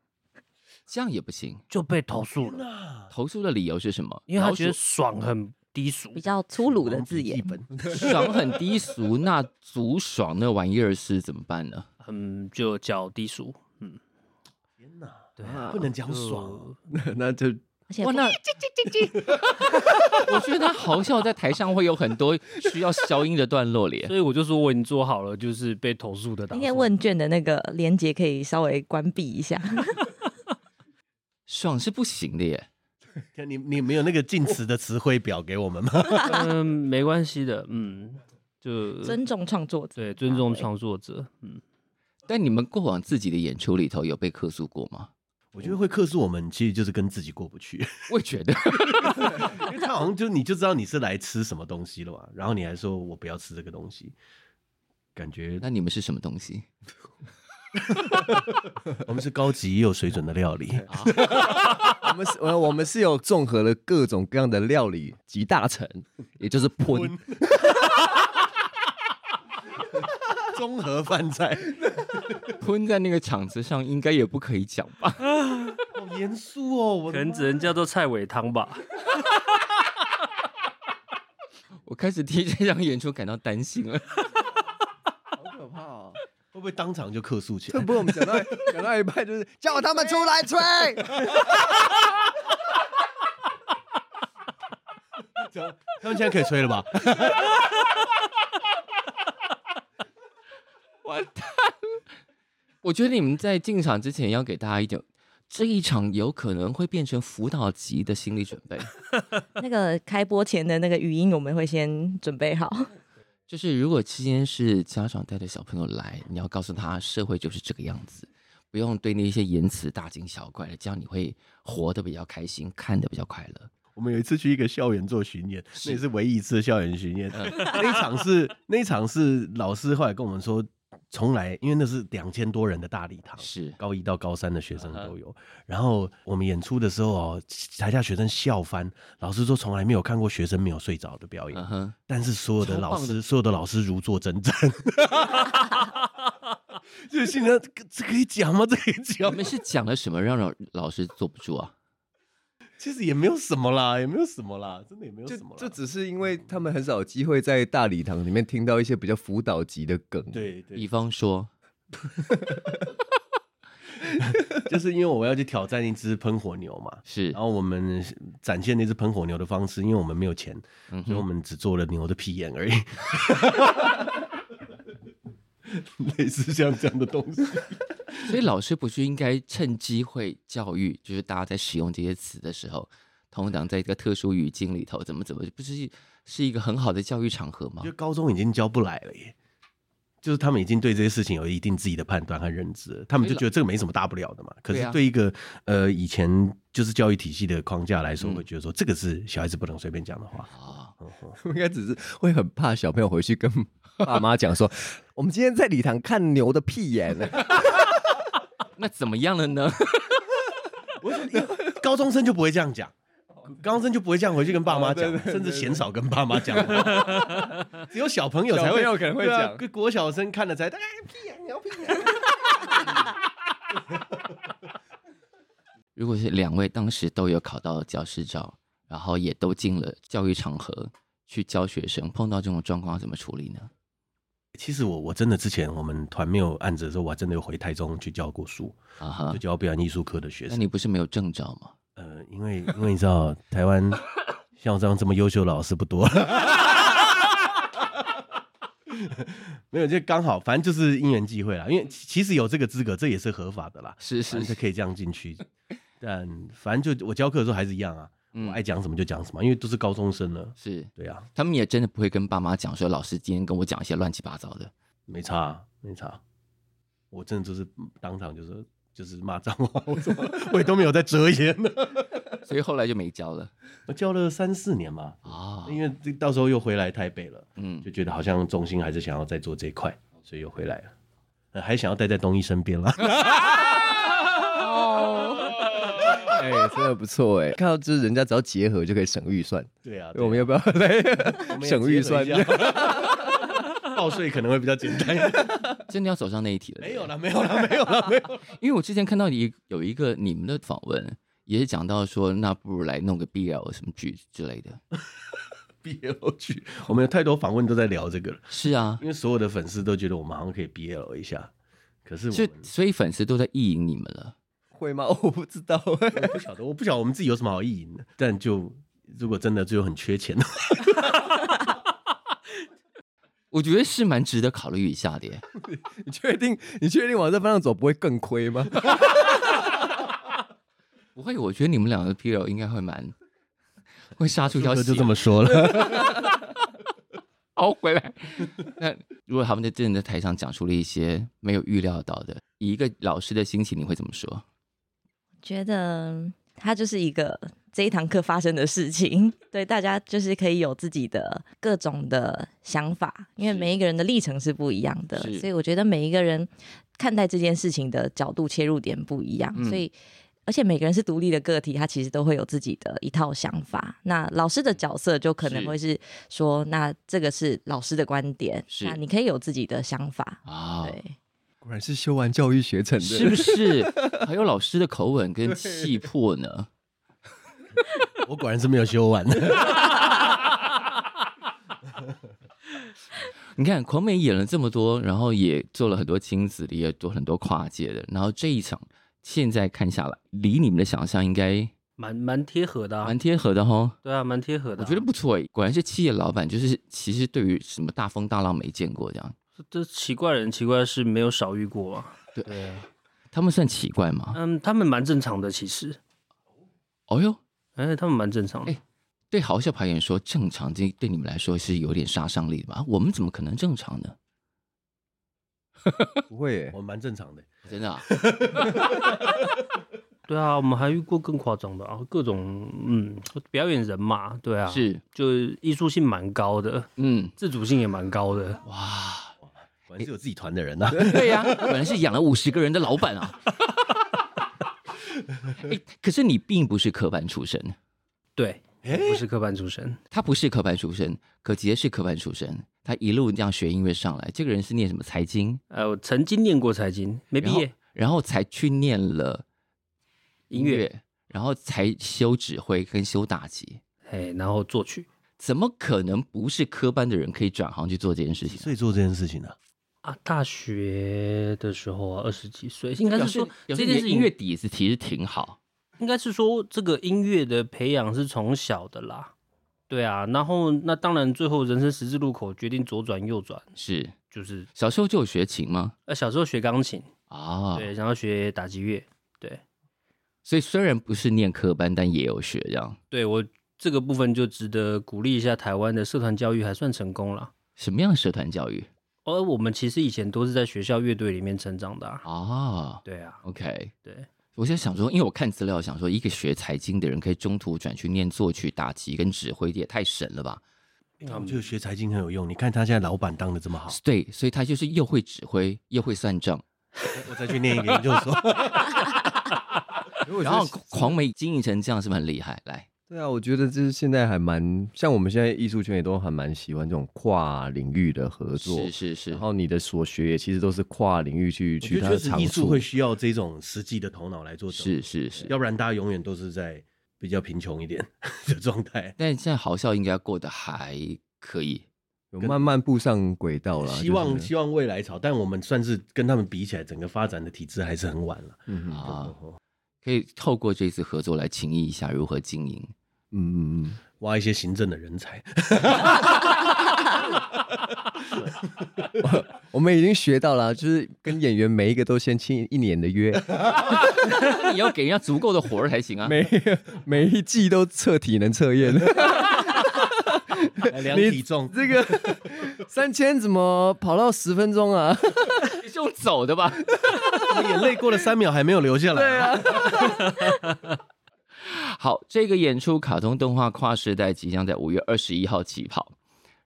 这样也不行。
就被投诉了，
那
投诉的理由是什么？
因为他
老
觉得
鼠
爽很低俗
比，较粗鲁的字眼
一，本
爽很低俗，那足爽那玩意儿是怎么办呢？
嗯，就叫低俗，嗯，
天哪，
对啊，
不能讲爽，
那就
而且
哇，那 我觉得他嚎笑在台上会有很多需要消音的段落咧
所。以我就说我已经做好了，就是被投诉的打算。
今天问卷的那个连接可以稍微关闭一下，
爽是不行的耶，
天你你没有那个禁词的词汇表给我们吗？
嗯，没关系的，嗯，就
尊重创作者。
对尊重创作者，嗯，
但你们过往自己的演出里头有被客诉过吗？
我觉得会克诉我们，其实就是跟自己过不去，
我也觉得
因为他好像就你就知道你是来吃什么东西了嘛，然后你还说我不要吃这个东西，感觉
那你们是什么东西？
我们是高级又有水准的料理。
我们是，呃我我们是有综合了各种各样的料理集大成，也就是喷。
综合饭菜，
喷在那个场子上应该也不可以讲吧？
好严肃哦！我
可
的
能只能叫做菜尾汤 吧。
我开始替这场演出感到担心了。
啊
会不会当场就客诉起
会
来？
不会我们 讲到讲到一半就是叫他们出来吹？
他们现在可以吹了吧？
我觉得你们在进场之前要给大家一点，这一场有可能会变成辅导级的心理准备。
那个开播前的那个语音，我们会先准备好。
就是如果期间是家长带着小朋友来，你要告诉他社会就是这个样子，不用对那些言辞大惊小怪的，这样你会活得比较开心，看得比较快乐。
我们有一次去一个校园做巡演，那也是唯一一次的校园巡演。那一场是那一场是老师后来跟我们说，从来因为那是两千多人的大礼堂，
是
高一到高三的学生都有。然后我们演出的时候哦，台下学生笑翻，老师说从来没有看过学生没有睡着的表演。
嗯哼，
但是所有的
超
老
棒的
师，所有的老师如坐针 毡， 就是现在这个这可以讲吗？这 可以讲
你
吗
们？是讲了什么让老老师坐不住啊？
其实也没有什么啦，也没有什么啦，真的也没有
就
什么啦。
就只是因为他们很少有机会在大礼堂里面听到一些比较辅导级的梗。，
对对
比，方说，
就是因为我要去挑战一只喷火牛嘛，
是
然后我们展现那只喷火牛的方式，因为我们没有钱，
嗯
所以我
哼，
们只做了牛的屁眼而已， 类似像这样的东西。
所以老师不是应该趁机会教育，就是大家在使用这些词的时候，通常在一个特殊语境里头，怎么怎么，不是是一个很好的教育场合吗
我觉？得高中已经教不来了耶，就是他们已经对这些事情有一定自己的判断和认知了，他们就觉得这个没什么大不了的嘛。可
对
是
啊
对一个呃以前就是教育体系的框架来说，
嗯
会觉得说这个是小孩子不能随便讲 的话。
啊，
应该只是会很怕小朋友回去跟爸妈讲说， 我们今天在礼堂看牛的屁眼。
那怎么样了呢？
我觉得高中生就不会这样讲。 高中生就不会这样回去跟爸妈讲，
哦对对对
甚至嫌少跟爸妈讲。只有小朋友才
小
会，
朋友可能会
对啊
讲
跟国小生看了才，哎，屁眼，牛屁啊眼。
如果是两位当时都有考到教师照，然后也都进了教育场合去教学生，碰到这种状况要怎么处理呢？
其实我我真的之前我们团没有案子的时候，我还真的有回台中去教过书，
啊哈
就，教表演艺术科的学
那
生。
你不是没有证照吗？
呃，因为因为你知道台湾像我这样这么优秀的老师不多 了。没有，就刚好，反正就是因缘际会啦。因为其其实有这个资格，这也是合法的啦，
是
反正是可以这样进去。但反正就我教课的时候还是一样啊，我爱
嗯，
讲什么就讲什么，因为都是高中生了。
是，
对啊，
他们也真的不会跟爸妈讲说，老师今天跟我讲一些乱七八糟的。
没差啊，没差。我真的就是当场就是就是骂脏话，我怎么我也都没有在遮掩呢。
所以后来就没教了
我教了三四年嘛，
啊。
因为这到时候又回来台北了，
嗯
就，觉得好像重心还是想要再做这一块，所以又回来了。呃还想要待在东一身边啦，
哎、真的不错哎、看到就是人家只要结合就可以省预算，
对啊，对啊
我们要不要来
我们也
省预算？
结合一下报税可能会比较简单。
真的要走上那一题了。
没有了，没有 了，没有了，没有了。
因为我之前看到一有一个你们的访问，也是讲到说，那不如来弄个 BL 什么剧之类的。
BL 剧，我们有太多访问都在聊这个了，
是啊，
因为所有的粉丝都觉得我们好像可以 BL 一下，可是我
就
们
所以粉丝都在意淫你们了。
会吗？我不知道。
我不晓得，我不晓得我们自己有什么好意淫的，但就如果真的最后很缺钱的 话，
我觉得是蛮值得考虑一下的耶。
你确定？你确定往这方向走不会更亏吗？
不会，我觉得你们两个 BL 应该会蛮 会杀出一条
就
血
就这么说了。
熬回来。 那如果他们在真的在台上讲出了一些没有预料到的，以一个老师的心情，你会怎么说？
觉得它就是一个这一堂课发生的事情， 对大家就是可以有自己的各种的想法，因为
是
每一个人的历程是不一样的
是，
所以我觉得每一个人看待这件事情的角度切入点不一样，
嗯
所以。而且每个人是独立的个体，他其实都会有自己的一套想法。那老师的角色就可能
是
会是说，那这个是老师的观点，
是
那你可以有自己的想法。
啊、
对，
果然是修完教育学成的，
是不是？ 还有老师的口吻跟气魄呢？
我果然是没有修完的，
你看，狂美演了这么多，然后也做了很多亲子的，也做很多跨界的，然后这一场现在看下来，离你们的想象应该
蛮蛮贴合的啊
蛮，贴合的哈。
对啊，蛮贴合的
我
啊。
觉得不错欸诶，果然是企业老板，就是其实对于什么大风大浪没见过这样，
这这奇怪人奇怪事没有少遇过啊。
对
对啊，
他们算奇怪吗？
嗯，他们蛮正常的，其实，
哦哟，
哎，他们蛮正常的
哎。对好笑排演说正常，这对你们来说是有点杀伤力的吧？啊我们怎么可能正常呢？
不会耶
我蛮正常的。
真的、啊，
对啊，我们还遇过更夸张的啊，各种嗯，表演人嘛，对啊，
是，
就艺术性蛮高的，
嗯，
自主性也蛮高的。
哇，
果然是有自己团的 人呐、啊
对呀、本来是养了五十个人的老板啊。 哎可是你并不是科班出身，
对，不是科班出身，
他不是科班出身，可杰是科班出身，他一路这样学音乐上来。这个人是念什么财经，
呃，我曾经念过财经，没毕
然后
业，
然后才去念了
音乐，
然后才修指挥跟修打击。
哎，然后作曲
怎么可能不是科班的人可以转行去做这件事情？
所以做这件事情呢、
啊，大学的时候啊，二十几岁，应该是说
有
这
时
件事情
音乐底子其实挺好，
应该是说这个音乐的培养是从小的啦，对啊，然后那当然最后人生十字路口决定左转右转，
是
就是
小时候就有学琴吗？
呃小时候学钢琴，
啊，
对，然后学打击乐，对，
所以虽然不是念科班，但也有学这样。
对我这个部分就值得鼓励一下台湾的社团教育还算成功啦。
什么样的社团教育
而我们其实以前都是在学校乐队里面成长的、啊，
啊
对啊，
？OK，
对，
我在想说，因为我看资料想说，一个学财经的人可以中途转去念作曲、打击跟指挥，也太神了吧？
我觉得学财经很有用。你看他现在老板当的这么好，
对，所以他就是又会指挥，又会算账，
我再去念一个研究 所。
然后狂梅经营成这样，是不是很厉害？来，
对啊，我觉得就是现在还蛮像我们现在艺术圈也都还蛮喜欢这种跨领域的合作，
是是是
然，后你的所学也其实都是跨领域去
我
去
觉
它
得确
的
实
长
艺术
处
会，需要这种实际的头脑来做，
是，是是。
要不然大家永远都是在比较贫穷一 点的状态。
但现在好校应该过得还可以，
有慢慢步上轨道了。
希望
就是
希望未来潮，但我们算是跟他们比起来，整个发展的体制还是很晚了。
嗯哼
啊，可以透过这次合作来情谊一下如何经营。
嗯嗯嗯，
挖一些行政的人 才，
我们已经学到了，就是跟演员每一个都先签一年的约，
你要给人家足够的活儿才行啊。
每每一季都测体能测验。
来量
你
体 重，
这个三千怎么跑到十分钟啊？
你是用走的吧？
我眼泪过了三秒还没有流下来。对啊，
好，这个演出卡通动画跨时代即将在五月二十一号起跑，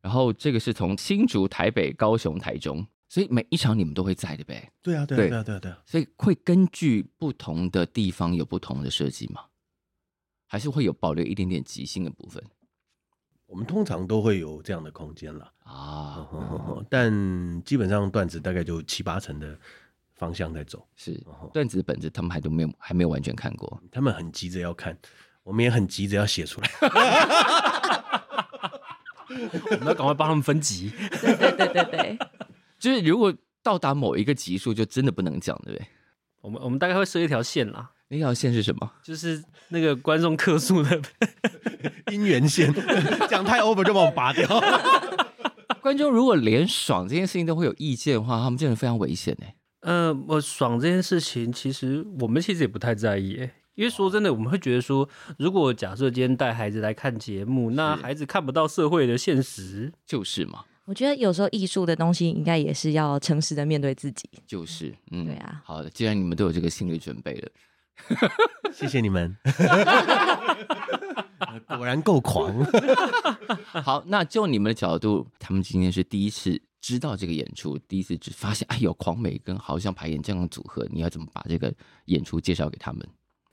然后这个是从新竹、台北、高雄、台中，所以每一场你们都会在的呗。
对啊，对啊，对啊，对啊，对啊。
所以会根据不同的地方有不同的设计吗？还是会有保留一点点即兴的部分？
我们通常都会有这样的空间了，嗯
啊，
但基本上段子大概就七八成的方向在走。
是
哦
段子的本子，他们还都没有还没有完全看过。
他们很急着要看，我们也很急着要写出来。
我们要赶快帮他们分级。
对对对对对，
就是如果到达某一个级数，就真的不能讲，对不对？
我们我们大概会设一条线啦，
那条线是什么？
就是那个观众客诉的，
姻缘线 讲太 over 就把我拔掉。
观众如果连爽这件事情都会有意见的话，他们真的非常危险呢。
呃，我爽这件事情，其实我们其实也不太在意、欸因为说真的，我们会觉得说，如果假设今天带孩子来看节目，那孩子看不到社会的现实，
就是嘛，
我觉得有时候艺术的东西应该也是要诚实的面对自己。
就是，嗯，
对啊
好的，既然你们都有这个心理准备了，
谢谢你们， 果然够狂。
好，那就你们的角度，他们今天是第一次知道这个演出，第一次只发现，哎有狂美跟好像排演这样的组合，你要怎么把这个演出介绍给他们？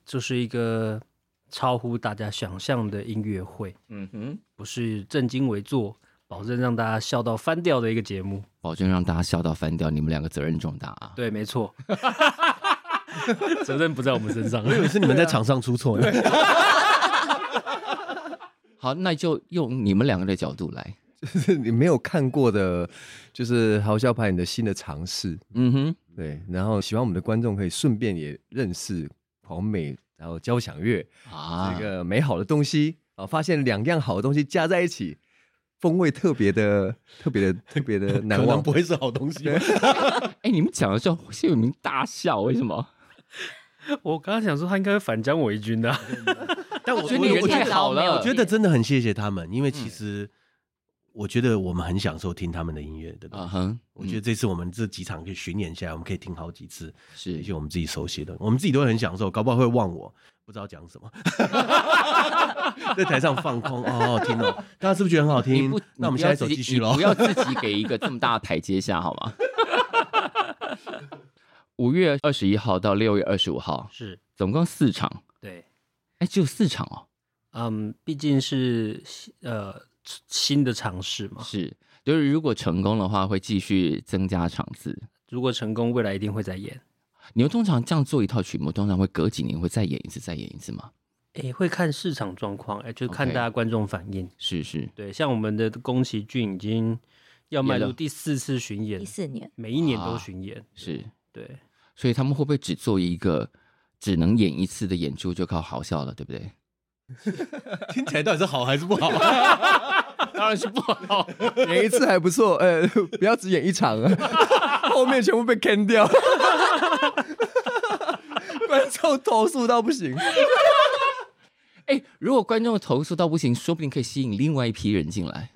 这是一个超乎大家想象的音乐会，
嗯哼，
不是正襟危坐，保证让大家笑到翻掉的一个节目。
保证让大家笑到翻掉，你们两个责任重大啊！
对，没错， 责任不在我们身上。
我以为是你们在场上出错呢。
好，那就用你们两个的角度来，
就是你没有看过的，就是豪笑派你的新的尝试。
嗯哼，
对，然后喜欢我们的观众可以顺便也认识狂美，然后交响乐
啊，
这个美好的东西啊，发现两样好的东西加在一起，风味特别的、特别的、特别的 难
可能
忘
不。会是好东西吧。
哎、你们讲的时候，谢永明大笑，为什么？
我刚刚想说，他应该会反将我一军的啊、
但我
觉得你人太好了嗯
我觉得真的很谢谢他们，因为其实我觉得我们很享受听他们的音乐的东
啊
西。
哼，
我觉得
嗯
这次我们这几场可以巡演下来，我们可以听好几次，一些
是
我们自己熟悉的，我们自己都会很享受，搞不好会忘我，不知道讲什么， 在台上放空，哦，好好听哦，大家是不是觉得很好
你
听
不，？
那我们
你不
下
要
一首
自己
继续
你
喽
不。要自己给一个这么大的台阶下，好 吗？五月二十一号到六月二十五号，
是
总共四场，
对，
哎，只有四场哦。
嗯，毕竟是呃新的尝试嘛，
是，就是如果成功的话，会继续增加场次。
如果成功，未来一定会再演。
你们通常这样做一套曲目，通常会隔几年会再演一次，再演一次吗？
诶，会看市场状况，诶，就看
OK
大家观众反应。
是是，
对，像我们的宫崎骏已经要迈
也
入
了
第四次巡演
一，四年，
每一年都
哇
巡演。
是，
对，
所以他们会不会只做一个只能演一次的演出就靠好笑了，对不对？
听起来到底是好还是不好？
当然是不好。
演一次还不错，呃，不要只演一场啊， 后面全部被坑掉， 观众投诉到不行。
哎、如果观众投诉到不行，说不定可以吸引另外一批人进来。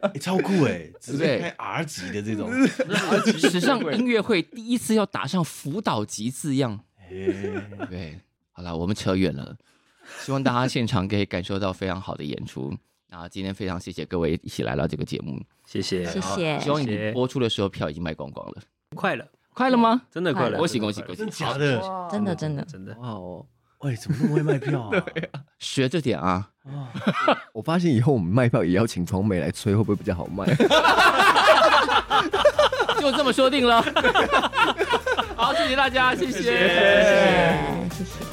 欸超酷哎，直
对
接开 R 级的 这种，
史上音乐会第一次要打上辅导级字样。
欸
对，好了，我们扯远了，希望大家现场可以感受到非常好的演出。啊，今天非常谢谢各位一起来到这个节目，
谢谢，
谢谢
希望你
谢谢
播出的时候票已经卖光光了，
快了，
快了吗？
真的快了，
恭喜
真的
恭喜
快
恭喜！好
了
真的假的？
真的真的，
真的。
哇哦，
喂，怎么那么会卖票啊？
学着点啊，
我发现以后我们卖票也要请床美来吹，会不会比较好卖？
就这么说定了。好，谢谢大家，谢谢
谢谢谢谢。